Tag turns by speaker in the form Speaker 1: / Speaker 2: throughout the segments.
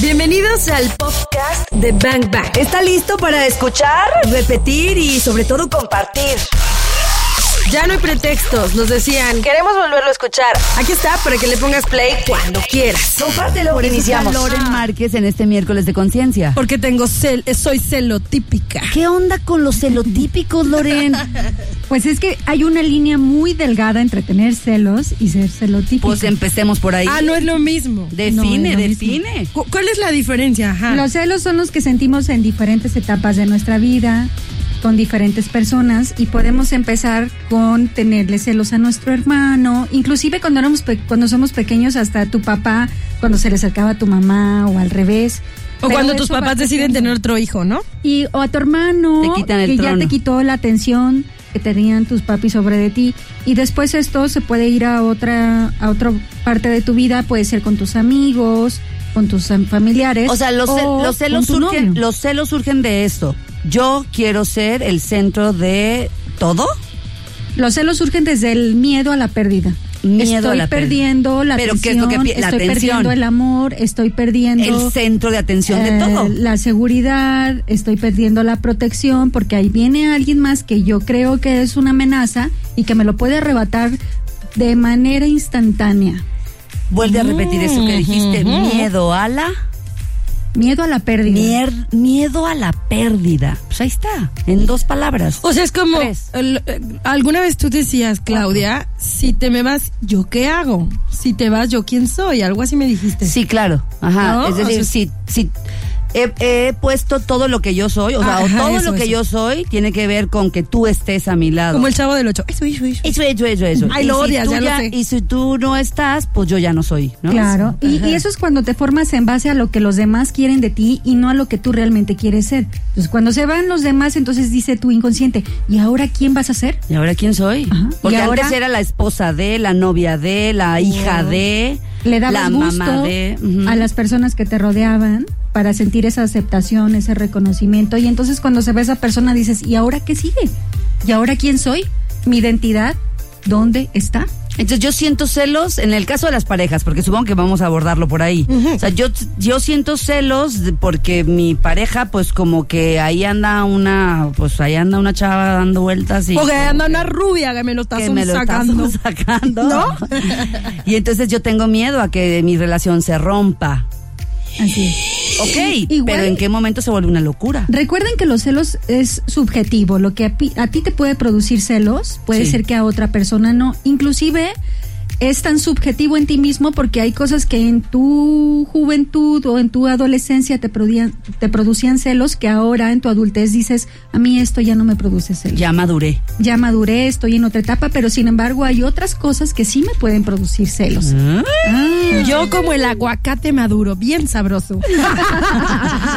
Speaker 1: Bienvenidos al podcast de Bang Bang.
Speaker 2: ¿Está listo para escuchar, repetir y sobre todo compartir?
Speaker 1: Ya no hay pretextos, nos decían.
Speaker 2: Queremos volverlo a escuchar.
Speaker 1: Aquí está para que le pongas play cuando quieras.
Speaker 2: Compártelo
Speaker 3: Por
Speaker 2: que
Speaker 3: eso está
Speaker 2: iniciamos.
Speaker 3: Loren Márquez en este miércoles de conciencia.
Speaker 1: Porque tengo cel,
Speaker 4: eh,
Speaker 1: soy celotípica.
Speaker 3: ¿Qué onda con los celotípicos, Loren?
Speaker 5: Pues es que hay una línea muy delgada entre tener celos y ser celotípico.
Speaker 3: Pues empecemos por ahí.
Speaker 4: Ah, no es lo mismo.
Speaker 3: Define,
Speaker 5: No, es lo
Speaker 3: define.
Speaker 4: Cu- ¿Cuál es la diferencia? Ajá.
Speaker 5: Los celos son los que sentimos en diferentes etapas de nuestra vida, con diferentes personas, y podemos empezar con tenerle celos a nuestro hermano, inclusive cuando, éramos pe- cuando somos pequeños, hasta a tu papá, cuando se le acercaba a tu mamá o al revés.
Speaker 4: o
Speaker 5: Pero
Speaker 4: cuando
Speaker 5: eso
Speaker 4: tus
Speaker 5: va
Speaker 4: papás deciden
Speaker 5: creciendo.
Speaker 4: tener otro hijo, ¿no?
Speaker 5: Y, o a tu hermano,
Speaker 3: Te quitan el
Speaker 5: que
Speaker 3: trono.
Speaker 5: ya te quitó la atención que tenían tus papis sobre de ti. Y después esto se puede ir a otra, a otra parte de tu vida, puede ser con tus amigos, con tus am- familiares.
Speaker 3: O sea, los, cel- los celos
Speaker 5: con tu
Speaker 3: surgen,
Speaker 5: novio.
Speaker 3: los celos surgen de esto. Yo quiero ser el centro de todo.
Speaker 5: Los celos surgen desde el miedo a la pérdida.
Speaker 3: Miedo
Speaker 5: estoy
Speaker 3: a la pérdida.
Speaker 5: perdiendo la
Speaker 3: Pero ¿qué es
Speaker 5: atención,
Speaker 3: lo que pi- la
Speaker 5: estoy
Speaker 3: atención?
Speaker 5: perdiendo el amor, estoy perdiendo
Speaker 3: El centro de atención de
Speaker 5: eh,
Speaker 3: todo.
Speaker 5: La seguridad, estoy perdiendo la protección porque ahí viene alguien más que yo creo que es una amenaza y que me lo puede arrebatar de manera instantánea.
Speaker 3: Vuelve a repetir eso que dijiste. Miedo a la...
Speaker 5: Miedo a la pérdida.
Speaker 3: mier- miedo a la pérdida. Pues ahí está, en dos palabras.
Speaker 4: O sea, es como.
Speaker 3: Tres.
Speaker 4: el- eh, alguna vez tú decías, Claudia, si te me vas, ¿yo qué hago? Si te vas, ¿yo quién soy? Algo así me dijiste.
Speaker 3: Sí, claro. Ajá.
Speaker 4: ¿No?
Speaker 3: Es decir,
Speaker 4: O sea,
Speaker 3: si, si he, he puesto todo lo que yo soy, o sea, o
Speaker 4: Ah, Ajá,
Speaker 3: todo
Speaker 4: eso,
Speaker 3: lo que
Speaker 4: eso.
Speaker 3: yo soy tiene que ver con que tú estés a mi lado.
Speaker 4: Como el chavo del 8. Eso, eso, eso.
Speaker 3: Eso, eso, eso, eso.
Speaker 4: Ay,
Speaker 3: Y
Speaker 4: lo
Speaker 3: si
Speaker 4: odias,
Speaker 3: tú
Speaker 4: ya lo sé.
Speaker 3: Y si tú no estás, pues yo ya no soy, ¿no?
Speaker 5: Claro, y, y eso es cuando te formas en base a lo que los demás quieren de ti y no a lo que tú realmente quieres ser. Entonces, cuando se van los demás, entonces dice tu inconsciente, ¿y ahora quién vas a ser?
Speaker 3: ¿Y ahora quién soy?
Speaker 5: Ajá.
Speaker 3: Porque
Speaker 5: ¿Y
Speaker 3: antes
Speaker 5: ahora?
Speaker 3: era la esposa de, la novia de, la
Speaker 4: Oh.
Speaker 3: hija de,
Speaker 5: Le
Speaker 3: la
Speaker 5: dabas
Speaker 3: mamá
Speaker 5: gusto
Speaker 3: de. ujú.
Speaker 5: a las personas que te rodeaban para sentir esa aceptación, ese reconocimiento. Y entonces cuando se ve esa persona dices, ¿y ahora qué sigue? ¿Y ahora quién soy? ¿Mi identidad? ¿Dónde está?
Speaker 3: Entonces yo siento celos en el caso de las parejas, porque supongo que vamos a abordarlo por ahí. O sea, yo, yo siento celos de- porque mi pareja, pues como que ahí anda una, pues ahí anda una chava dando vueltas y
Speaker 4: Porque anda una rubia que me lo estás
Speaker 3: que me lo
Speaker 4: sacando.
Speaker 3: estás sacando.
Speaker 4: ¿No?
Speaker 3: y entonces yo tengo miedo a que mi relación se rompa.
Speaker 5: Así es.
Speaker 3: Ok,
Speaker 5: Igual-
Speaker 3: pero ¿en qué momento se vuelve una locura?
Speaker 5: Recuerden que los celos es subjetivo. Lo que a, pi- a ti te puede producir celos puede
Speaker 3: Sí.
Speaker 5: ser que a otra persona no. Inclusive es tan subjetivo en ti mismo porque hay cosas que en tu juventud o en tu adolescencia te, produían- te producían celos que ahora en tu adultez dices, a mí esto ya no me produce celos. Ya.
Speaker 3: Ya maduré.
Speaker 5: maduré, estoy en otra etapa, pero sin embargo hay otras cosas que sí me pueden producir celos.
Speaker 4: Yo como el aguacate maduro, bien sabroso.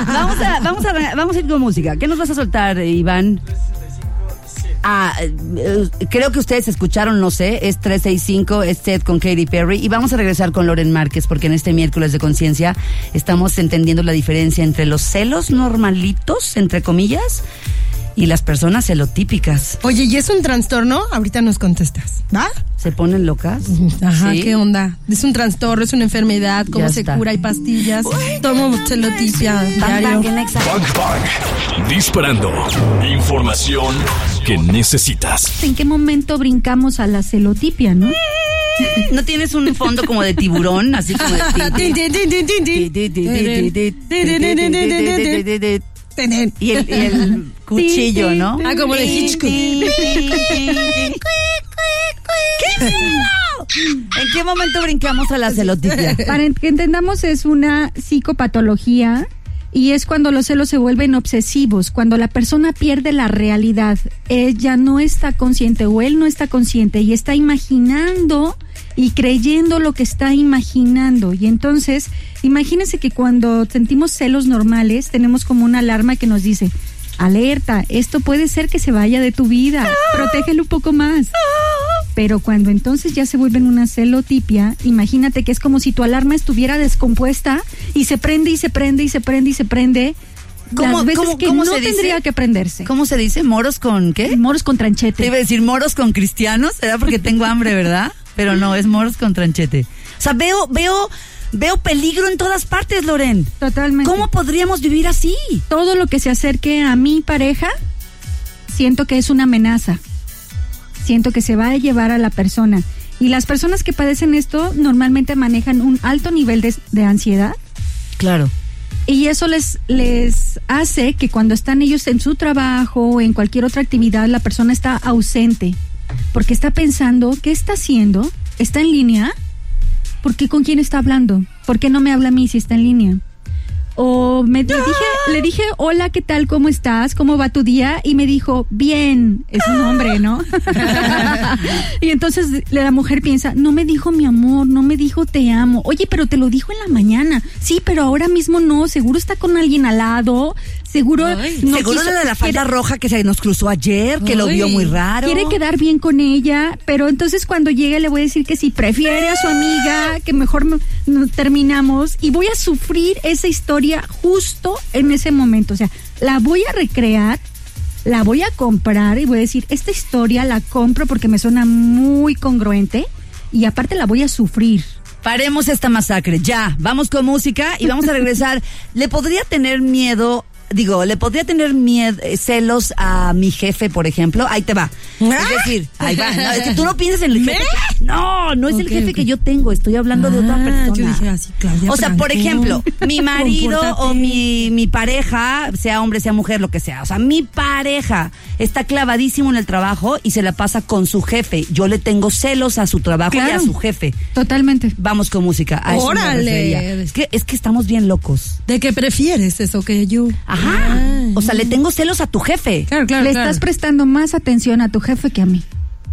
Speaker 3: vamos, a, vamos, a, vamos a ir con música. ¿Qué nos vas a soltar, eh, Iván? Ah, eh, creo que ustedes escucharon, no sé, es 365, es Ted con Katy Perry y vamos a regresar con Loren Márquez porque en este miércoles de conciencia estamos entendiendo la diferencia entre los celos normalitos, entre comillas, y las personas celotípicas.
Speaker 4: Oye, ¿y es un trastorno? Ahorita nos contestas, ¿va?
Speaker 3: ¿Se ponen locas?
Speaker 4: Ajá,
Speaker 3: Sí.
Speaker 4: ¿qué onda? Es un trastorno, es una enfermedad, cómo
Speaker 3: Ya
Speaker 4: se
Speaker 3: está.
Speaker 4: cura, hay pastillas, tomo celotipia
Speaker 3: Tan,
Speaker 4: diario.
Speaker 3: tan, bien exa-
Speaker 6: Bang Bang. Disparando información que necesitas.
Speaker 5: ¿En qué momento brincamos a la celotipia, no?
Speaker 3: ¿No tienes un fondo como de tiburón? Así como de ti-
Speaker 4: Tin, tin, tin, tin, tin, tin. Tin, tin.
Speaker 3: Y el, y el cuchillo, ¿no?
Speaker 4: Ah, como de Hitchcock.
Speaker 3: ¿En qué momento brincamos a la celotipia?
Speaker 5: Para en- que entendamos, es una psicopatología y es cuando los celos se vuelven obsesivos, cuando la persona pierde la realidad. Ella no está consciente o él no está consciente y está imaginando y creyendo lo que está imaginando. Y entonces, imagínense que cuando sentimos celos normales, tenemos como una alarma que nos dice. Alerta, esto puede ser que se vaya de tu vida. Protégelo un poco más. Pero cuando entonces ya se vuelven una celotipia, imagínate que es como si tu alarma estuviera descompuesta y se prende y se prende y se prende y se prende.
Speaker 3: ¿Cómo-
Speaker 5: las veces
Speaker 3: cómo-
Speaker 5: que
Speaker 3: cómo
Speaker 5: no
Speaker 3: se dice?
Speaker 5: tendría que prenderse.
Speaker 3: ¿Cómo se dice? ¿Moros con qué?
Speaker 5: Moros con
Speaker 3: Te
Speaker 5: tranchete.
Speaker 3: iba a decir moros con cristianos, ¿será porque tengo hambre, verdad? Pero no, es moros con tranchete. O sea, veo, veo, Veo peligro en todas partes, Loren.
Speaker 5: Totalmente.
Speaker 3: ¿Cómo podríamos vivir así?
Speaker 5: Todo lo que se acerque a mi pareja, siento que es una amenaza. Siento que se va a llevar a la persona. Y las personas que padecen esto normalmente manejan un alto nivel de, de ansiedad
Speaker 3: Claro.
Speaker 5: y eso les, les hace que cuando están ellos en su trabajo o en cualquier otra actividad, la persona está ausente porque está pensando, ¿qué está haciendo? ¿Está en línea? ¿Por qué con quién está hablando? ¿Por qué no me habla a mí si está en línea? O me, le, dije, le dije, hola, ¿qué tal? ¿Cómo estás? ¿Cómo va tu día? Y me dijo, bien, es
Speaker 3: ¡Ah!
Speaker 5: un hombre, ¿no? y entonces la mujer piensa, no me dijo mi amor, no me dijo te amo. Oye, pero te lo dijo en la mañana. Sí, pero ahora mismo no, seguro está con alguien al lado, seguro... no
Speaker 3: Seguro
Speaker 5: quiso-
Speaker 3: lo de la falda roja que se nos cruzó ayer, que lo
Speaker 4: Ay.
Speaker 3: vio muy raro.
Speaker 5: Quiere quedar bien con ella, pero entonces cuando llegue le voy a decir que si prefiere a su amiga, que mejor no- no terminamos y voy a sufrir esa historia justo en ese momento. O sea, la voy a recrear, la voy a comprar y voy a decir, esta historia la compro porque me suena muy congruente y aparte la voy a sufrir.
Speaker 3: Paremos esta masacre, ya. Vamos con música y vamos a regresar. ¿Le podría tener miedo, digo, le podría tener miedo, celos a mi jefe, por ejemplo? Ahí te va.
Speaker 4: ¿Ah?
Speaker 3: Es decir, ahí va. No, es que tú no piensas en el jefe. que- No, no es el
Speaker 4: Ok,
Speaker 3: jefe
Speaker 4: ok.
Speaker 3: que yo tengo, estoy hablando de otra
Speaker 4: Ah,
Speaker 3: persona.
Speaker 4: yo dije, ah, sí, Claudia,
Speaker 3: O sea, por
Speaker 4: tranquila.
Speaker 3: ejemplo, mi marido o mi, mi pareja, sea hombre, sea mujer, lo que sea. O sea, mi pareja está clavadísimo en el trabajo y se la pasa con su jefe. Yo le tengo celos a su trabajo y a
Speaker 5: Claro.
Speaker 3: su jefe.
Speaker 5: Totalmente.
Speaker 3: Vamos con música. A eso me
Speaker 4: Órale.
Speaker 3: refería. Es que, es que estamos bien locos.
Speaker 4: ¿De qué prefieres eso que yo?
Speaker 3: Ajá.
Speaker 4: Ah,
Speaker 3: O sea, le tengo celos a tu jefe.
Speaker 4: Claro, claro,
Speaker 5: Le
Speaker 4: claro.
Speaker 5: estás prestando más atención a tu jefe que a mí.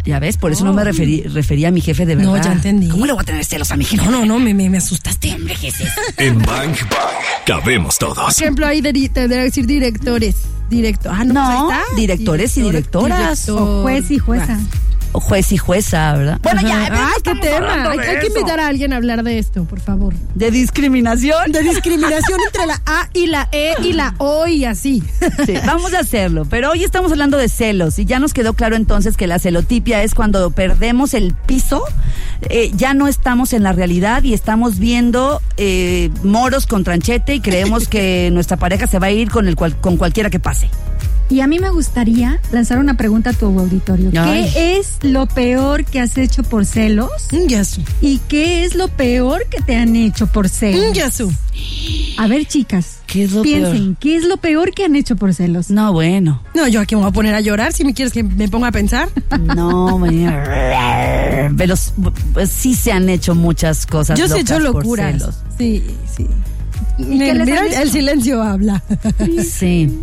Speaker 3: Ya ves, por eso no me referí, refería a mi jefe de verdad.
Speaker 4: Oh. No, ya entendí.
Speaker 3: ¿Cómo le voy a tener celos a mi jefe?
Speaker 4: No, no, no, me, me, me asustaste, hombre. ¿qué es eso?
Speaker 6: En Bang Bang cabemos
Speaker 4: Por
Speaker 6: todos.
Speaker 4: ejemplo, ahí deri- tendría que decir directores. Directo. Ah, no,
Speaker 3: No,
Speaker 4: pues ahí está.
Speaker 3: directores y directoras.
Speaker 4: director-
Speaker 5: O juez y jueza.
Speaker 3: O juez y jueza, ¿verdad? Bueno,
Speaker 4: Ajá. Ay, qué tema. Hay, hay que invitar a alguien a hablar de esto, por favor.
Speaker 3: de discriminación.
Speaker 4: De discriminación entre la A y la E y la O y así.
Speaker 3: Sí, vamos a hacerlo, pero hoy estamos hablando de celos y ya nos quedó claro entonces que la celotipia es cuando perdemos el piso, eh, ya no estamos en la realidad y estamos viendo eh, moros con tranchete y creemos que nuestra pareja se va a ir con, el cual- con cualquiera que pase.
Speaker 5: Y a mí me gustaría lanzar una pregunta a tu auditorio.
Speaker 3: Ay.
Speaker 5: ¿Qué es lo peor que has hecho por celos?
Speaker 4: Un yasu.
Speaker 5: ¿Y qué es lo peor que te han hecho por
Speaker 4: Un
Speaker 5: celos?
Speaker 4: yasu.
Speaker 5: A ver, chicas,
Speaker 3: ¿Qué es lo
Speaker 5: piensen, ¿qué es lo peor que han hecho por celos?
Speaker 3: No, bueno.
Speaker 4: No, yo aquí me voy a poner a llorar si me quieres que me ponga a pensar.
Speaker 3: No, me- pero s- pues, sí se han hecho muchas cosas.
Speaker 4: Yo sí he
Speaker 3: locas
Speaker 4: hecho
Speaker 3: por
Speaker 4: locuras.
Speaker 3: celos.
Speaker 4: Sí, sí.
Speaker 5: qué les
Speaker 4: Mira,
Speaker 5: han
Speaker 4: el-
Speaker 5: hecho?
Speaker 4: el silencio habla.
Speaker 3: Sí.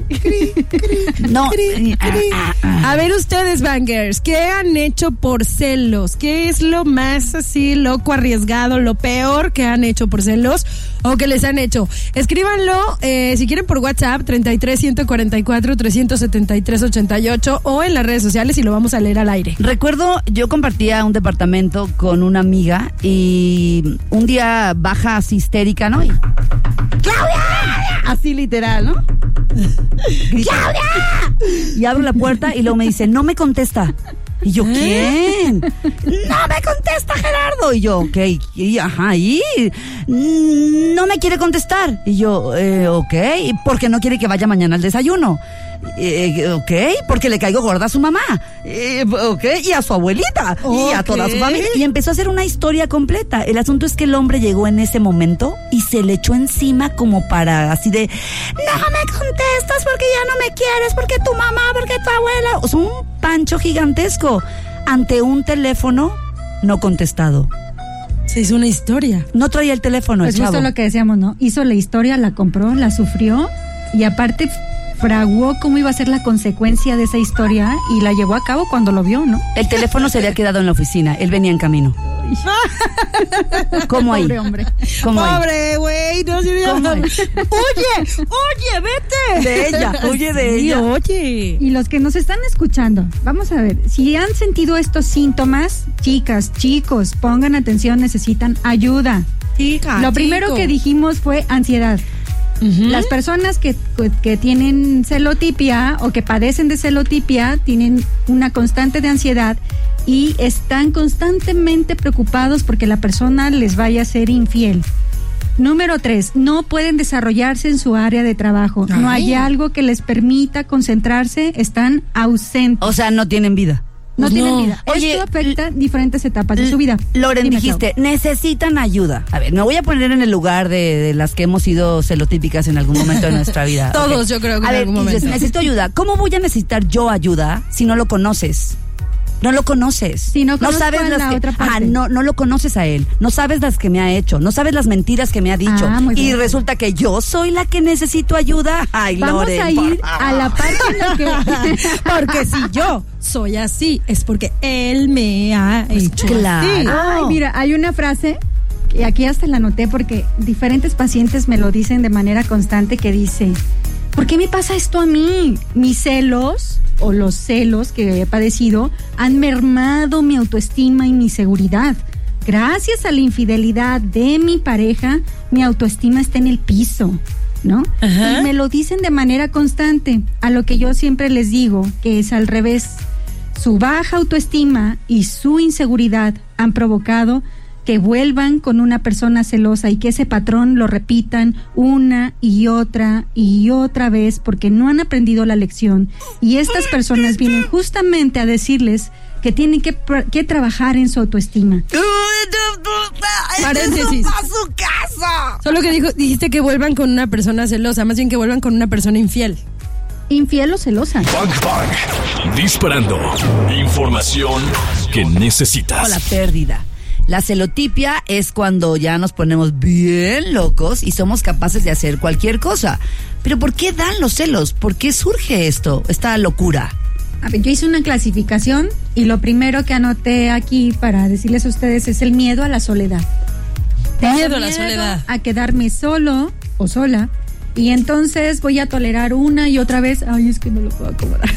Speaker 3: No. eh, ah,
Speaker 4: Cri, cri. A ver ustedes, bangers, ¿qué han hecho por celos? ¿Qué es lo más así loco, arriesgado, lo peor que han hecho por celos o que les han hecho? Escríbanlo eh, si quieren por WhatsApp 33 144 373 88 o en las redes sociales y lo vamos a leer al aire.
Speaker 3: Recuerdo, yo compartía un departamento con una amiga y un día baja así histérica, ¿no? Y, ¡Claudia! Así literal, ¿no? Grita. Y abro la puerta y luego me dice, no me contesta. Y yo, ¿quién? ¡No me contesta, Gerardo! Y yo, ok, y, ajá, y mm, no me quiere contestar. Y yo, eh, ok, porque no quiere que vaya mañana al desayuno. Eh, ok, porque le caigo gorda a su mamá. Eh, ok, y a su abuelita. Y a toda su
Speaker 4: Ok.
Speaker 3: familia. Y empezó a hacer una historia completa. El asunto es que el hombre llegó en ese momento y se le echó encima como para así de, no me contestas porque ya no me quieres, porque tu mamá, porque tu abuela. O sea, un pancho gigantesco ante un teléfono no contestado.
Speaker 4: Se hizo una historia.
Speaker 3: No traía el teléfono, el
Speaker 5: Pues
Speaker 3: chavo.
Speaker 5: justo lo que decíamos, ¿no? Hizo la historia, la compró, la sufrió y aparte fraguó cómo iba a ser la consecuencia de esa historia y la llevó a cabo cuando lo vio, ¿no?
Speaker 3: El teléfono se había quedado en la oficina. Él venía en camino. ¿Cómo ahí?
Speaker 5: Pobre hombre.
Speaker 3: ¿Cómo ahí?
Speaker 4: Pobre, güey, no sirvió.
Speaker 3: ¿Cómo ahí?
Speaker 4: Oye, oye, vete.
Speaker 3: De ella, huye de
Speaker 4: Sí,
Speaker 3: ella.
Speaker 4: Oye.
Speaker 5: Y los que nos están escuchando, vamos a ver, si han sentido estos síntomas, chicas, chicos, pongan atención, necesitan ayuda.
Speaker 4: Chica,
Speaker 5: Lo primero
Speaker 4: chico.
Speaker 5: que dijimos fue ansiedad.
Speaker 4: Ujú.
Speaker 5: Las personas que, que tienen celotipia o que padecen de celotipia tienen una constante de ansiedad y están constantemente preocupados porque la persona les vaya a ser infiel. Número tres, no pueden desarrollarse en su área de trabajo. No
Speaker 3: Ah.
Speaker 5: hay algo que les permita concentrarse, están ausentes.
Speaker 3: O sea, no tienen vida.
Speaker 5: No
Speaker 4: Pues
Speaker 5: tienen
Speaker 4: no.
Speaker 5: vida.
Speaker 3: Oh, Oye,
Speaker 5: Esto afecta diferentes etapas de su vida.
Speaker 3: Loren,
Speaker 5: Dime,
Speaker 3: dijiste, necesitan ayuda. A ver, me voy a poner en el lugar de, de las que hemos sido celotípicas en algún momento de nuestra vida.
Speaker 4: Todos,
Speaker 3: Ok.
Speaker 4: yo creo que
Speaker 3: a
Speaker 4: en
Speaker 3: ver,
Speaker 4: algún
Speaker 3: dices,
Speaker 4: momento.
Speaker 3: necesito ayuda. ¿Cómo voy a necesitar yo ayuda si no lo conoces? No lo conoces.
Speaker 5: Sí, no conozco a
Speaker 3: las
Speaker 5: la
Speaker 3: que-
Speaker 5: otra parte.
Speaker 3: Ah, no, no lo conoces a él. No sabes las que me ha hecho. No sabes las mentiras que me ha dicho.
Speaker 5: Ah, muy
Speaker 3: y
Speaker 5: bien.
Speaker 3: resulta que yo soy la que necesito ayuda. Ay,
Speaker 5: Vamos
Speaker 3: Loren,
Speaker 5: a
Speaker 3: por
Speaker 5: ir a la parte en la que
Speaker 4: Porque si yo soy así, es porque él me ha hecho
Speaker 3: Pues claro.
Speaker 4: así.
Speaker 5: Ay, mira, hay una frase que aquí hasta la anoté porque diferentes pacientes me lo dicen de manera constante que dice, ¿por qué me pasa esto a mí? Mis celos o los celos que he padecido han mermado mi autoestima y mi seguridad. Gracias a la infidelidad de mi pareja, mi autoestima está en el piso, ¿no? Y me lo dicen de manera constante, a lo que yo siempre les digo, que es al revés. Su baja autoestima y su inseguridad han provocado que vuelvan con una persona celosa y que ese patrón lo repitan una y otra y otra vez porque no han aprendido la lección. Y estas personas vienen justamente a decirles que tienen que, pr- que trabajar en su autoestima.
Speaker 4: Paréntesis. Solo que dijo, dijiste que vuelvan con una persona celosa, más bien que vuelvan con una persona infiel.
Speaker 5: Infiel o celosa.
Speaker 6: Bang Bang. Disparando. Información que necesitas.
Speaker 3: o la pérdida. La celotipia es cuando ya nos ponemos bien locos y somos capaces de hacer cualquier cosa. Pero ¿por qué dan los celos? ¿Por qué surge esto, esta locura?
Speaker 5: A ver, yo hice una clasificación y lo primero que anoté aquí para decirles a ustedes es el miedo a la soledad. Tengo
Speaker 4: Miedo a la soledad.
Speaker 5: A quedarme solo o sola. Y entonces voy a tolerar una y otra vez. Ay, es que no lo puedo acomodar.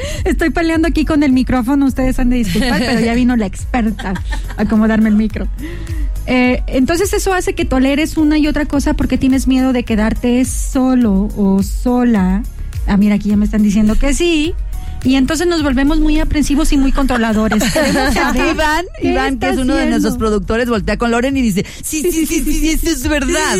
Speaker 5: Estoy peleando aquí con el micrófono, ustedes han de disculpar, pero ya vino la experta a acomodarme el micro. Eh, entonces eso hace que toleres una y otra cosa porque tienes miedo de quedarte solo o sola. Ah, mira, aquí ya me están diciendo que sí. Y entonces nos volvemos muy aprensivos y muy controladores. Queremos saber
Speaker 3: Iván,
Speaker 5: qué
Speaker 3: Iván, que
Speaker 5: está
Speaker 3: es uno de
Speaker 5: haciendo.
Speaker 3: nuestros productores, voltea con Loren y dice, sí, sí, sí, sí, sí, esto es verdad.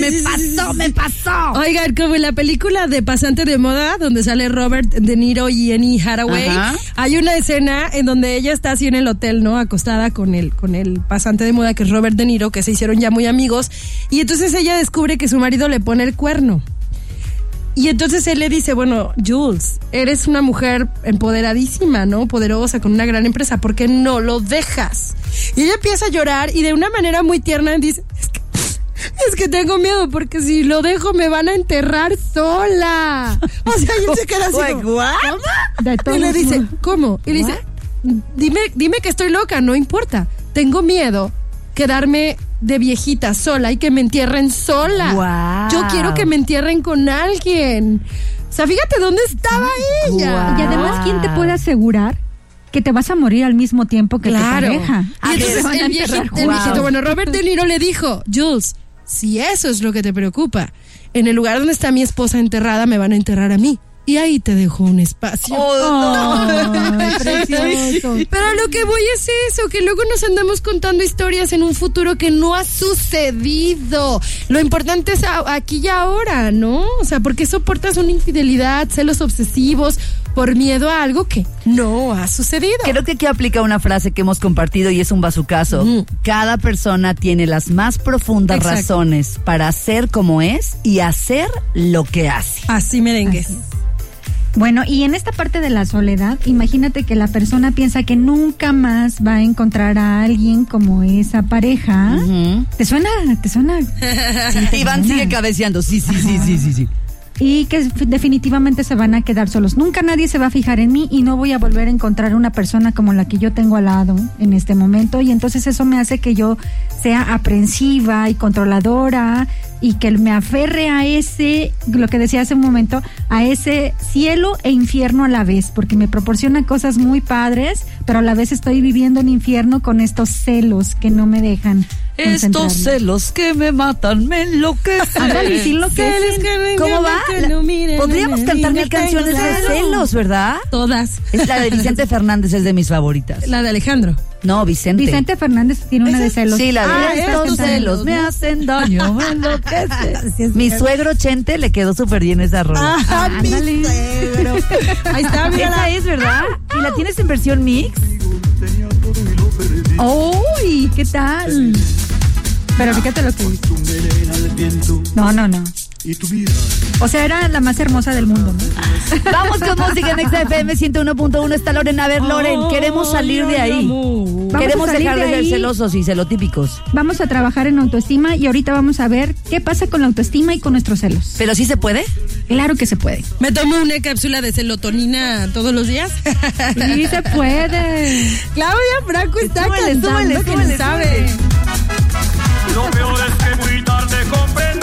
Speaker 3: Me pasó, me pasó.
Speaker 4: Oigan, como en la película de Pasante de Moda, donde sale Robert De Niro y Annie Haraway,
Speaker 3: Ajá.
Speaker 4: hay una escena en donde ella está así en el hotel, ¿no? Acostada con el, con el pasante de moda, que es Robert De Niro, que se hicieron ya muy amigos. Y entonces ella descubre que su marido le pone el cuerno. Y entonces él le dice, bueno, Jules, eres una mujer empoderadísima, ¿no? Poderosa, con una gran empresa, ¿por qué no lo dejas? Y ella empieza a llorar y de una manera muy tierna dice, es que, es que tengo miedo porque si lo dejo me van a enterrar sola. O sea, y él se queda así como,
Speaker 5: De
Speaker 4: y le
Speaker 5: todos
Speaker 4: dice,
Speaker 5: modos.
Speaker 4: ¿cómo? Y le dice, dime, dime que estoy loca, no importa. Tengo miedo quedarme de viejita sola y que me entierren sola.
Speaker 3: Guau.
Speaker 5: Ah.
Speaker 4: Yo quiero que me entierren con alguien. O sea, fíjate dónde estaba
Speaker 5: Ah,
Speaker 4: ella.
Speaker 3: Guau.
Speaker 5: Y además, ¿quién te
Speaker 3: Ah.
Speaker 5: puede asegurar que te vas a morir al mismo tiempo que
Speaker 4: Claro.
Speaker 5: tu pareja?
Speaker 3: Ah,
Speaker 4: Y entonces el viejito, el viejito, bueno, Robert De Niro le dijo, Jules, si eso es lo que te preocupa, en el lugar donde está mi esposa enterrada me van a enterrar a mí. Y ahí te dejo un espacio.
Speaker 3: Oh,
Speaker 5: Ay, precioso.
Speaker 4: Pero a lo que voy es eso, que luego nos andamos contando historias en un futuro que no ha sucedido. Lo importante es a- aquí y ahora, ¿no? O sea, ¿por qué soportas una infidelidad, celos obsesivos, por miedo a algo que no ha sucedido?
Speaker 3: Creo que aquí aplica una frase que hemos compartido y es un bazucazo.
Speaker 4: Ujú.
Speaker 3: Cada persona tiene las más profundas
Speaker 4: Exacto.
Speaker 3: razones para ser como es y hacer lo que hace.
Speaker 4: Así merengues.
Speaker 5: Bueno, y en esta parte de la soledad, imagínate que la persona piensa que nunca más va a encontrar a alguien como esa pareja.
Speaker 3: Ujú.
Speaker 5: ¿Te suena? ¿Te suena?
Speaker 3: Iván sigue cabeceando. Sí, sí, sí, sí, sí, sí.
Speaker 5: Y que f- definitivamente se van a quedar solos. Nunca nadie se va a fijar en mí y no voy a volver a encontrar una persona como la que yo tengo al lado en este momento. Y entonces eso me hace que yo sea aprensiva y controladora y que me aferre a ese, lo que decía hace un momento, a ese cielo e infierno a la vez, porque me proporciona cosas muy padres, pero a la vez estoy viviendo en infierno con estos celos que no me dejan.
Speaker 3: Estos
Speaker 5: concentrarme.
Speaker 3: celos que me matan me enloquecen.
Speaker 5: Ándale, sí, lo que es.
Speaker 3: ¿Cómo va? La- Podríamos cantar mil canciones de celos, ¿verdad?
Speaker 4: Todas.
Speaker 3: Es la de Vicente Fernández, es de mis favoritas.
Speaker 4: La de Alejandro.
Speaker 3: No, Vicente.
Speaker 5: Vicente Fernández tiene una
Speaker 4: Ese
Speaker 5: de
Speaker 4: es-
Speaker 5: celos.
Speaker 3: Sí, la de
Speaker 4: Ah,
Speaker 3: estos
Speaker 4: estos
Speaker 3: celos
Speaker 4: celos
Speaker 3: me
Speaker 4: me
Speaker 3: hacen daño, me enloquece. Mi suegro Chente le quedó súper bien esa rola.
Speaker 4: Ah, mi
Speaker 5: Ándale.
Speaker 4: suegro. Ahí está,
Speaker 3: Esa
Speaker 4: mírala.
Speaker 3: es, ¿verdad? ¿Y la tienes en versión mix?
Speaker 5: ¡Uy! ¿Qué tal?
Speaker 4: Pero fíjate lo que hizo.
Speaker 5: No, no, no. O sea, era la más hermosa del mundo, ¿no?
Speaker 3: Ah. Vamos con música en XFM 101.1. Está Loren. A ver, Loren, queremos salir de ahí.
Speaker 5: Vamos a
Speaker 3: Queremos
Speaker 5: salir
Speaker 3: dejar de,
Speaker 5: de
Speaker 3: ser
Speaker 5: ahí.
Speaker 3: celosos y celotípicos.
Speaker 5: Vamos a trabajar en autoestima y ahorita vamos a ver qué pasa con la autoestima y con nuestros celos.
Speaker 3: ¿Pero sí se puede?
Speaker 5: Claro que se puede.
Speaker 4: Me tomo una cápsula de celotonina todos los días.
Speaker 5: Sí, se puede.
Speaker 4: Claudia Franco está cantando que no sabe.
Speaker 7: Lo peor es que muy tarde comprendí.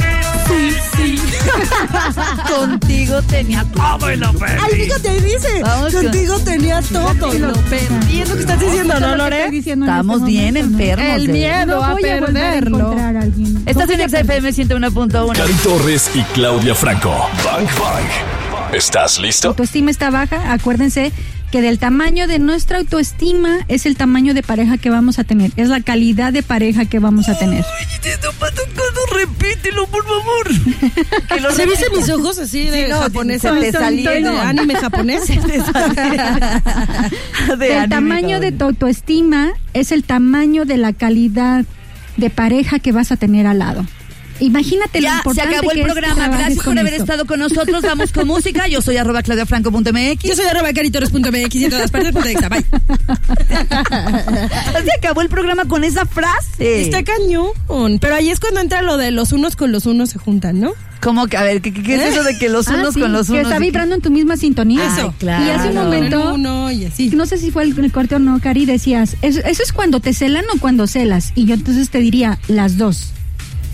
Speaker 3: Contigo tenía
Speaker 7: Todo y lo perdí.
Speaker 4: Ay, fíjate, ahí dice.
Speaker 3: Vamos con-
Speaker 4: Contigo tenía todo. Lo perdí. Es lo que estás diciendo, ¿no,
Speaker 5: Lo que estoy
Speaker 4: Lore?
Speaker 5: diciendo en
Speaker 3: Estamos
Speaker 5: este
Speaker 3: bien
Speaker 5: momento, ¿no?
Speaker 3: enfermos.
Speaker 4: El
Speaker 3: de-
Speaker 4: miedo
Speaker 5: No
Speaker 4: a
Speaker 5: voy a volver a
Speaker 4: perderlo.
Speaker 5: encontrar a alguien.
Speaker 3: Estás en XFM 101.1.
Speaker 6: Cari Torres y Claudia Franco. Bang, bang. ¿Estás listo?
Speaker 5: autoestima está baja, acuérdense que del tamaño de nuestra autoestima es el tamaño de pareja que vamos a tener, es la calidad de pareja que vamos a tener.
Speaker 3: Repítelo, por favor. Que lo
Speaker 4: Se
Speaker 3: repita.
Speaker 4: viste mis ojos así de
Speaker 3: no,
Speaker 4: japonesa.
Speaker 3: se te salieron.
Speaker 4: De anime japonés.
Speaker 3: De
Speaker 5: el
Speaker 3: anime,
Speaker 5: tamaño
Speaker 3: cabrón.
Speaker 5: de tu autoestima es el tamaño de la calidad de pareja que vas a tener al lado. Imagínate lo
Speaker 3: Ya se
Speaker 5: importante
Speaker 3: acabó
Speaker 5: que
Speaker 3: el
Speaker 5: es que
Speaker 3: programa.
Speaker 5: trabajes
Speaker 3: Gracias por
Speaker 5: con
Speaker 3: haber
Speaker 5: esto.
Speaker 3: estado con nosotros. Vamos con música. Yo soy arroba claudiafranco.mx.
Speaker 4: Yo soy arroba caritores.mx y en todas partes. punto exa. Bye.
Speaker 3: Se acabó el programa con esa frase.
Speaker 4: Está cañón. Pero ahí es cuando entra lo de los unos con los unos se juntan, ¿no?
Speaker 3: ¿Cómo que? A ver, ¿qué, qué- qué es eso de que los
Speaker 5: Ah,
Speaker 3: unos
Speaker 5: sí,
Speaker 3: con los unos?
Speaker 5: que está vibrando en tu misma sintonía.
Speaker 4: Eso.
Speaker 5: Y hace
Speaker 3: claro.
Speaker 5: un momento
Speaker 4: En Ah, uno y así.
Speaker 5: No sé si fue el, el corte o no, Cari, decías, eso, eso es cuando te celan o cuando celas. Y yo entonces te diría, las dos.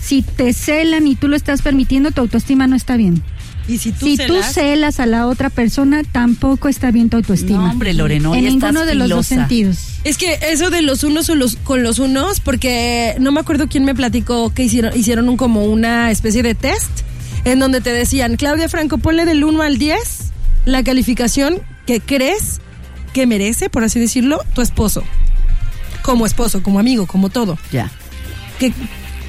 Speaker 5: Si te celan y tú lo estás permitiendo, tu autoestima no está bien.
Speaker 4: Y si tú
Speaker 5: si tú
Speaker 4: celas-
Speaker 5: celas a la otra persona, tampoco está bien tu autoestima.
Speaker 3: No, hombre, Loreno,
Speaker 5: en
Speaker 3: hoy estás
Speaker 5: ninguno de los dos
Speaker 3: filosa.
Speaker 5: sentidos.
Speaker 4: Es que eso de los unos o los- con los unos, porque no me acuerdo quién me platicó que hicieron, hicieron un, como una especie de test en donde te decían, Claudia Franco, ponle del 1 al 10 la calificación que crees que merece, por así decirlo, tu esposo. Como esposo, como amigo, como todo.
Speaker 3: Ya.
Speaker 4: ¿Qué, qué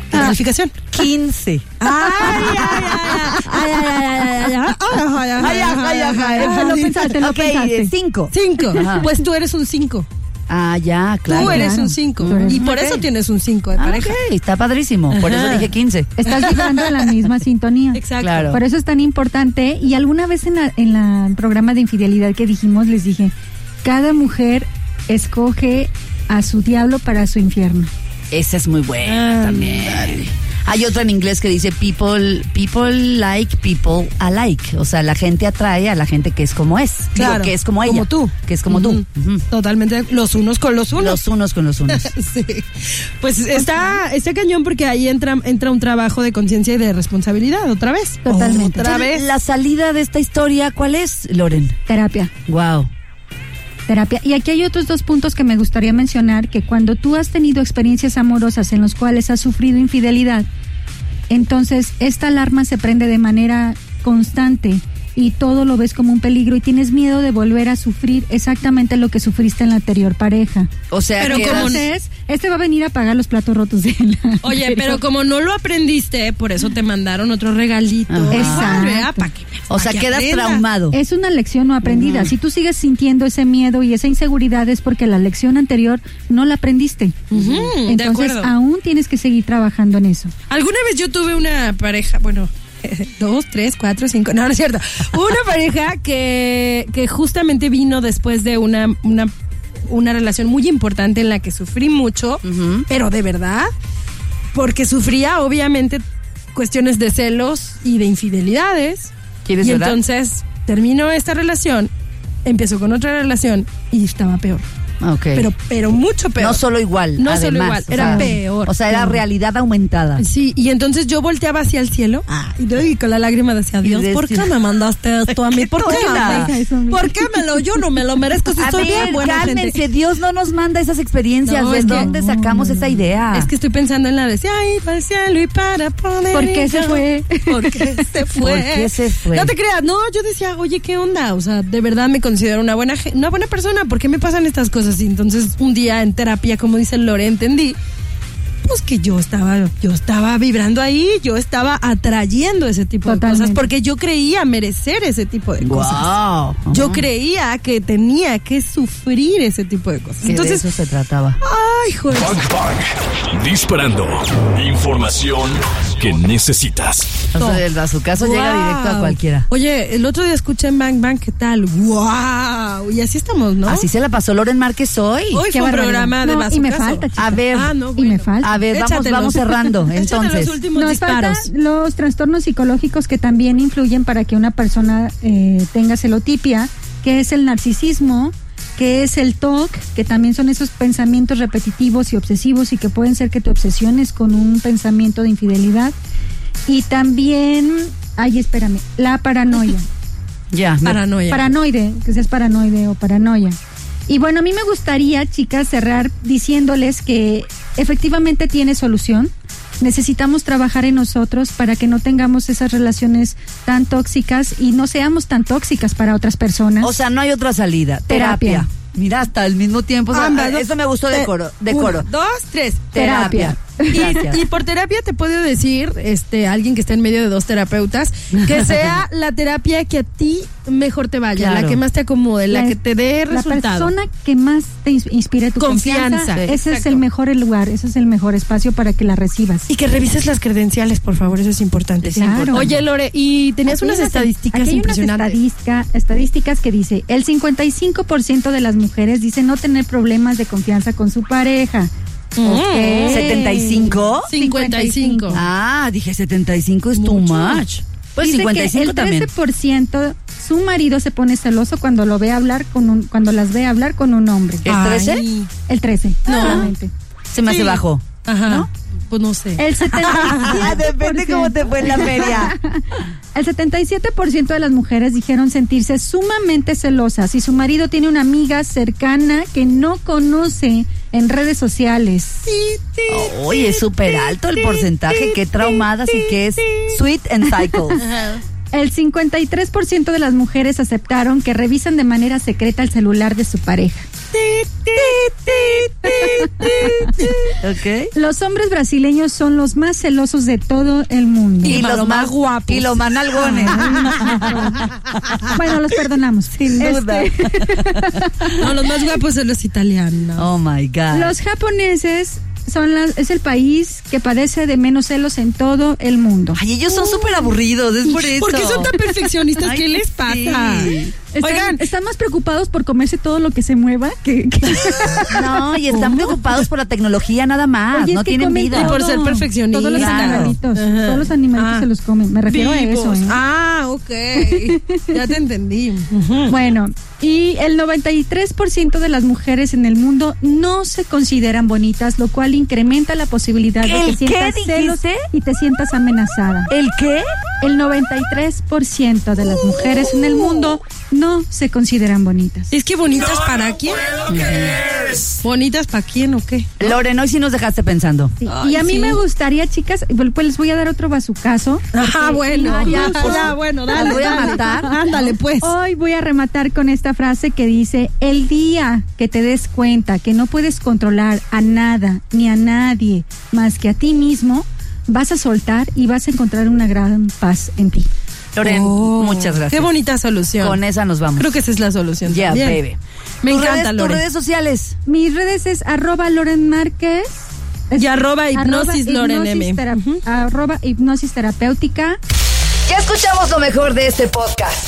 Speaker 4: calificación?
Speaker 3: 15.
Speaker 4: Ay, ay, ay, ay, ay, ay, ay, ay, ay, ay, ay, ay, ay,
Speaker 5: Lo pensaste, lo
Speaker 3: ok,
Speaker 5: pensaste.
Speaker 3: 5.
Speaker 4: Cinco.
Speaker 3: Ajá.
Speaker 4: Pues tú eres un cinco.
Speaker 3: Ah, ya, claro.
Speaker 4: tú eres
Speaker 5: claro.
Speaker 4: un cinco.
Speaker 5: Tú eres
Speaker 4: Y
Speaker 5: un-
Speaker 4: por eso tienes un cinco de
Speaker 3: Ah,
Speaker 4: pareja.
Speaker 3: ok, está padrísimo. Por eso
Speaker 4: Ajá.
Speaker 3: dije 15.
Speaker 5: Estás vibrando en la misma sintonía.
Speaker 4: Exacto.
Speaker 3: Claro.
Speaker 5: Por eso es tan importante. Y alguna vez en, la- en la- el programa de infidelidad que dijimos, les dije, cada mujer escoge a su diablo para su infierno.
Speaker 3: Esa es muy
Speaker 5: Ah.
Speaker 3: buena también. Hay otra en inglés que dice people, people like people alike. O sea, la gente atrae a la gente que es como es. Digo,
Speaker 4: Claro,
Speaker 3: que es como ella.
Speaker 4: como tú.
Speaker 3: Que es como
Speaker 4: Ujú.
Speaker 3: tú. Ujú.
Speaker 4: Totalmente los unos con los unos.
Speaker 3: Los unos con los unos.
Speaker 4: Sí. Pues está, está cañón porque ahí entra, entra un trabajo de conciencia y de responsabilidad otra vez.
Speaker 5: Totalmente.
Speaker 4: Otra vez.
Speaker 3: La salida de esta historia, ¿cuál es, Loren?
Speaker 5: Terapia,
Speaker 3: Wow.
Speaker 5: terapia. Y aquí hay otros dos puntos que me gustaría mencionar, que cuando tú has tenido experiencias amorosas en las cuales has sufrido infidelidad, entonces esta alarma se prende de manera constante y todo lo ves como un peligro y tienes miedo de volver a sufrir exactamente lo que sufriste en la anterior pareja.
Speaker 3: O sea,
Speaker 4: Pero
Speaker 3: que
Speaker 4: como
Speaker 3: eras-
Speaker 5: Entonces, este va a venir a pagar los platos rotos de la
Speaker 4: Oye, pero como no lo aprendiste, por eso te mandaron otro regalito.
Speaker 3: Ajá.
Speaker 5: Exacto.
Speaker 4: Para que,
Speaker 3: o
Speaker 4: pa'
Speaker 3: sea,
Speaker 4: que
Speaker 3: quedas
Speaker 4: aprenda. Eh,
Speaker 3: traumado.
Speaker 5: Es una lección no aprendida. Si tú sigues sintiendo ese miedo y esa inseguridad es porque la lección anterior no la aprendiste.
Speaker 4: Ujú, de
Speaker 5: Entonces
Speaker 4: acuerdo.
Speaker 5: aún tienes que seguir trabajando en eso.
Speaker 4: Alguna vez yo tuve una pareja, bueno, dos, tres, cuatro, cinco, no, no es cierto. Una pareja que, que justamente vino después de una, una, una relación muy importante en la que sufrí mucho, pero de verdad, porque sufría obviamente cuestiones de celos y de infidelidades.
Speaker 3: ¿Quieres
Speaker 4: y
Speaker 3: llorar?
Speaker 4: entonces terminó esta relación, empezó con otra relación y estaba peor.
Speaker 3: Ah, Ok.
Speaker 4: Pero, pero mucho peor.
Speaker 3: no solo igual.
Speaker 4: No
Speaker 3: además,
Speaker 4: solo igual,
Speaker 3: o
Speaker 4: era
Speaker 3: sea,
Speaker 4: peor. Mm. Pues,
Speaker 3: O sea, era
Speaker 4: No.
Speaker 3: realidad aumentada.
Speaker 4: Sí, y entonces yo volteaba hacia el cielo y, yo- Ah. y con la lágrima decía,
Speaker 3: Y
Speaker 4: Dios, ¿por
Speaker 3: decía,
Speaker 4: qué me mandaste esto a mí? ¿Por qué?
Speaker 3: tonta.
Speaker 4: me- ¿Por qué me lo? Yo no me lo merezco si
Speaker 3: A
Speaker 4: soy bien
Speaker 3: ver,
Speaker 4: buena
Speaker 3: cálmense,
Speaker 4: gente.
Speaker 3: Dios no nos manda esas experiencias.
Speaker 4: No,
Speaker 3: ¿De
Speaker 4: es que-
Speaker 3: dónde sacamos esa idea?
Speaker 4: Es que estoy pensando en la de ay, para el cielo y para poder...
Speaker 5: ¿Por qué se fue?
Speaker 4: ¿Por qué se fue?
Speaker 3: ¿Por qué se fue?
Speaker 4: No te creas, no, yo decía, oye, ¿qué onda? O sea, de verdad me considero una buena, ge- una buena persona, ¿por qué me pasan estas cosas? así. Entonces, un día en terapia, como dice Lore, entendí pues que yo estaba, yo estaba vibrando ahí, yo estaba atrayendo ese tipo de cosas,
Speaker 5: Totalmente.
Speaker 4: porque yo creía merecer ese tipo de cosas.
Speaker 3: Wow.
Speaker 4: Yo
Speaker 3: Ajá.
Speaker 4: creía que tenía que sufrir ese tipo de cosas.
Speaker 3: Que
Speaker 4: Entonces,
Speaker 3: de eso se trataba.
Speaker 4: ay, joder.
Speaker 6: Bang Bang. Disparando. Información que necesitas.
Speaker 3: O sea, el bazucazo llega
Speaker 4: Guau.
Speaker 3: directo a cualquiera.
Speaker 4: Oye, el otro día escuché en Bang Bang, ¿qué tal? ¡Wow! Y así estamos, ¿no?
Speaker 3: Así se la pasó Loren Márquez hoy.
Speaker 4: Hoy
Speaker 5: Qué
Speaker 4: fue un
Speaker 5: barbaridad.
Speaker 4: programa de
Speaker 5: No,
Speaker 4: más
Speaker 5: y me falta, chica.
Speaker 3: A ver,
Speaker 4: Ah, no,
Speaker 5: Y
Speaker 4: bueno.
Speaker 5: me falta.
Speaker 3: a ver, vamos,
Speaker 4: Échatelos.
Speaker 3: vamos cerrando.
Speaker 4: Échate
Speaker 3: Entonces,
Speaker 4: los últimos
Speaker 5: Nos faltan
Speaker 4: disparos.
Speaker 5: los trastornos psicológicos que también influyen para que una persona eh, tenga celotipia, que es el narcisismo, que es el TOC, que también son esos pensamientos repetitivos y obsesivos y que pueden ser que te obsesiones con un pensamiento de infidelidad. Y también, ay, espérame, la paranoia.
Speaker 3: ya. me-
Speaker 4: Paranoia.
Speaker 5: Paranoide, que seas paranoide o paranoia. Y bueno, a mí me gustaría, chicas, cerrar diciéndoles que efectivamente tiene solución. Necesitamos trabajar en nosotros para que no tengamos esas relaciones tan tóxicas y no seamos tan tóxicas para otras personas.
Speaker 3: O sea, no hay otra salida. Terapia.
Speaker 5: Terapia.
Speaker 3: Mira, hasta el mismo tiempo. o sea, eh,
Speaker 4: Ambas, dos,
Speaker 3: eso me gustó de
Speaker 4: te-
Speaker 3: coro. De
Speaker 4: Eh, uno,
Speaker 3: coro.
Speaker 4: dos, tres.
Speaker 3: Terapia. Gracias.
Speaker 4: Y, y por terapia te puedo decir, este, alguien que está en medio de dos terapeutas, que sea la terapia que a ti mejor te vaya,
Speaker 3: Claro.
Speaker 4: la que más te acomode, la, que te dé
Speaker 5: la
Speaker 4: resultado.
Speaker 5: persona que más te ins- inspire tu
Speaker 4: Confianza,
Speaker 5: confianza,
Speaker 4: sí,
Speaker 5: ese es
Speaker 4: exacto.
Speaker 5: el mejor lugar, ese es el mejor espacio para que la recibas.
Speaker 4: Y que revises las credenciales, por favor, eso es importante.
Speaker 5: Claro. importante.
Speaker 4: Oye, Lore, y tenías
Speaker 5: Aquí hay
Speaker 4: unas estadísticas
Speaker 5: aquí hay unas
Speaker 4: impresionantes.
Speaker 5: estadisca- estadísticas que dice, el 55% de las mujeres dice no tener problemas de confianza con su pareja.
Speaker 4: Mm.
Speaker 3: ¿75?
Speaker 4: 55.
Speaker 3: Ah, dije 75 es too
Speaker 4: Mucho.
Speaker 3: much. Pues
Speaker 5: dice
Speaker 3: 55
Speaker 5: que
Speaker 3: también.
Speaker 5: el 13% su marido se pone celoso cuando lo ve hablar con un, cuando las ve hablar con un hombre.
Speaker 4: Eh.
Speaker 3: ¿El 13?
Speaker 4: Ay.
Speaker 5: El 13,
Speaker 4: Ah.
Speaker 5: solamente.
Speaker 3: Se me hace
Speaker 4: Sí. Ah,
Speaker 3: bajo. Ah,
Speaker 4: Ajá. Pues no sé.
Speaker 5: El 77%.
Speaker 3: fue en la feria.
Speaker 5: El 77% de las mujeres dijeron sentirse sumamente celosas si su marido tiene una amiga cercana que no conoce en redes sociales.
Speaker 3: Oye, es súper alto el porcentaje. Qué traumadas y qué es sweet and cycles.
Speaker 5: El 53% de las mujeres aceptaron que revisan de manera secreta el celular de su pareja.
Speaker 3: ¿Ok?
Speaker 5: Los hombres brasileños son los más celosos de todo el mundo.
Speaker 3: Y
Speaker 4: Para
Speaker 3: los
Speaker 4: los más
Speaker 3: más
Speaker 4: guapos.
Speaker 3: Y los más nalgones.
Speaker 5: Bueno, los perdonamos.
Speaker 3: Sin duda.
Speaker 4: Este, No, los más guapos son los italianos.
Speaker 3: Oh my God.
Speaker 5: Este, Los japoneses son las, es el país que padece de menos celos en todo el mundo.
Speaker 3: Ay, ellos son súper aburridos. Es por eso.
Speaker 4: ¿Por qué son tan perfeccionistas?
Speaker 3: Ay,
Speaker 4: ¿Qué les pasa?
Speaker 3: sí.
Speaker 5: Están,
Speaker 4: Oigan,
Speaker 5: están más preocupados por comerse todo lo que se mueva que, que-
Speaker 3: No, y están preocupados por la tecnología nada más.
Speaker 5: Oye, es
Speaker 3: Ah, no
Speaker 5: que
Speaker 3: tienen
Speaker 5: comen
Speaker 3: vida.
Speaker 4: Y por ser perfeccionistas.
Speaker 5: Todos los
Speaker 3: Claro.
Speaker 5: animalitos,
Speaker 4: Ajá.
Speaker 5: todos los animalitos
Speaker 4: Ah.
Speaker 5: se los comen. Me refiero a eso.
Speaker 4: Vivos.
Speaker 5: ¿eh?
Speaker 4: Ah, ok. Ya te entendí.
Speaker 5: Bueno, y el 93% de las mujeres en el mundo no se consideran bonitas, lo cual incrementa la posibilidad de
Speaker 3: ¿El
Speaker 5: que
Speaker 3: qué
Speaker 5: sientas celos
Speaker 3: dijiste?
Speaker 5: y te sientas amenazada.
Speaker 3: ¿El qué?
Speaker 5: El 93% de las mujeres en el mundo no se consideran bonitas.
Speaker 4: Es que bonitas para quién. ¿Bonitas para quién o qué?
Speaker 3: Loren, hoy sí nos dejaste pensando.
Speaker 5: Sí,
Speaker 4: Ay,
Speaker 5: y a mí
Speaker 4: sí.
Speaker 5: me gustaría, chicas, pues les voy a dar otro bazucazo.
Speaker 4: Ajá, Ah, bueno.
Speaker 5: no,
Speaker 4: ya,
Speaker 5: no, no.
Speaker 4: ya, bueno,
Speaker 3: Las
Speaker 4: dale.
Speaker 3: voy a
Speaker 4: dale.
Speaker 3: matar.
Speaker 4: Ándale, pues.
Speaker 5: Hoy voy a rematar con esta frase que dice, el día que te des cuenta que no puedes controlar a nada ni a nadie más que a ti mismo, vas a soltar y vas a encontrar una gran paz en ti.
Speaker 3: Loren,
Speaker 4: Oh,
Speaker 3: muchas gracias.
Speaker 4: Qué bonita solución.
Speaker 3: Con esa nos vamos.
Speaker 4: Creo que esa es la solución.
Speaker 3: Ya,
Speaker 4: también.
Speaker 3: bebe.
Speaker 4: Me
Speaker 3: Tus
Speaker 4: encanta,
Speaker 3: redes-
Speaker 4: Lore.
Speaker 3: Tus redes sociales.
Speaker 5: Mis redes es arroba Loren Márquez.
Speaker 4: Y arroba hipnosis Loren M.
Speaker 5: hipnosis tera- Arroba hipnosis terapéutica.
Speaker 2: Ya escuchamos lo mejor de este podcast.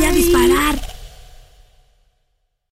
Speaker 8: a disparar.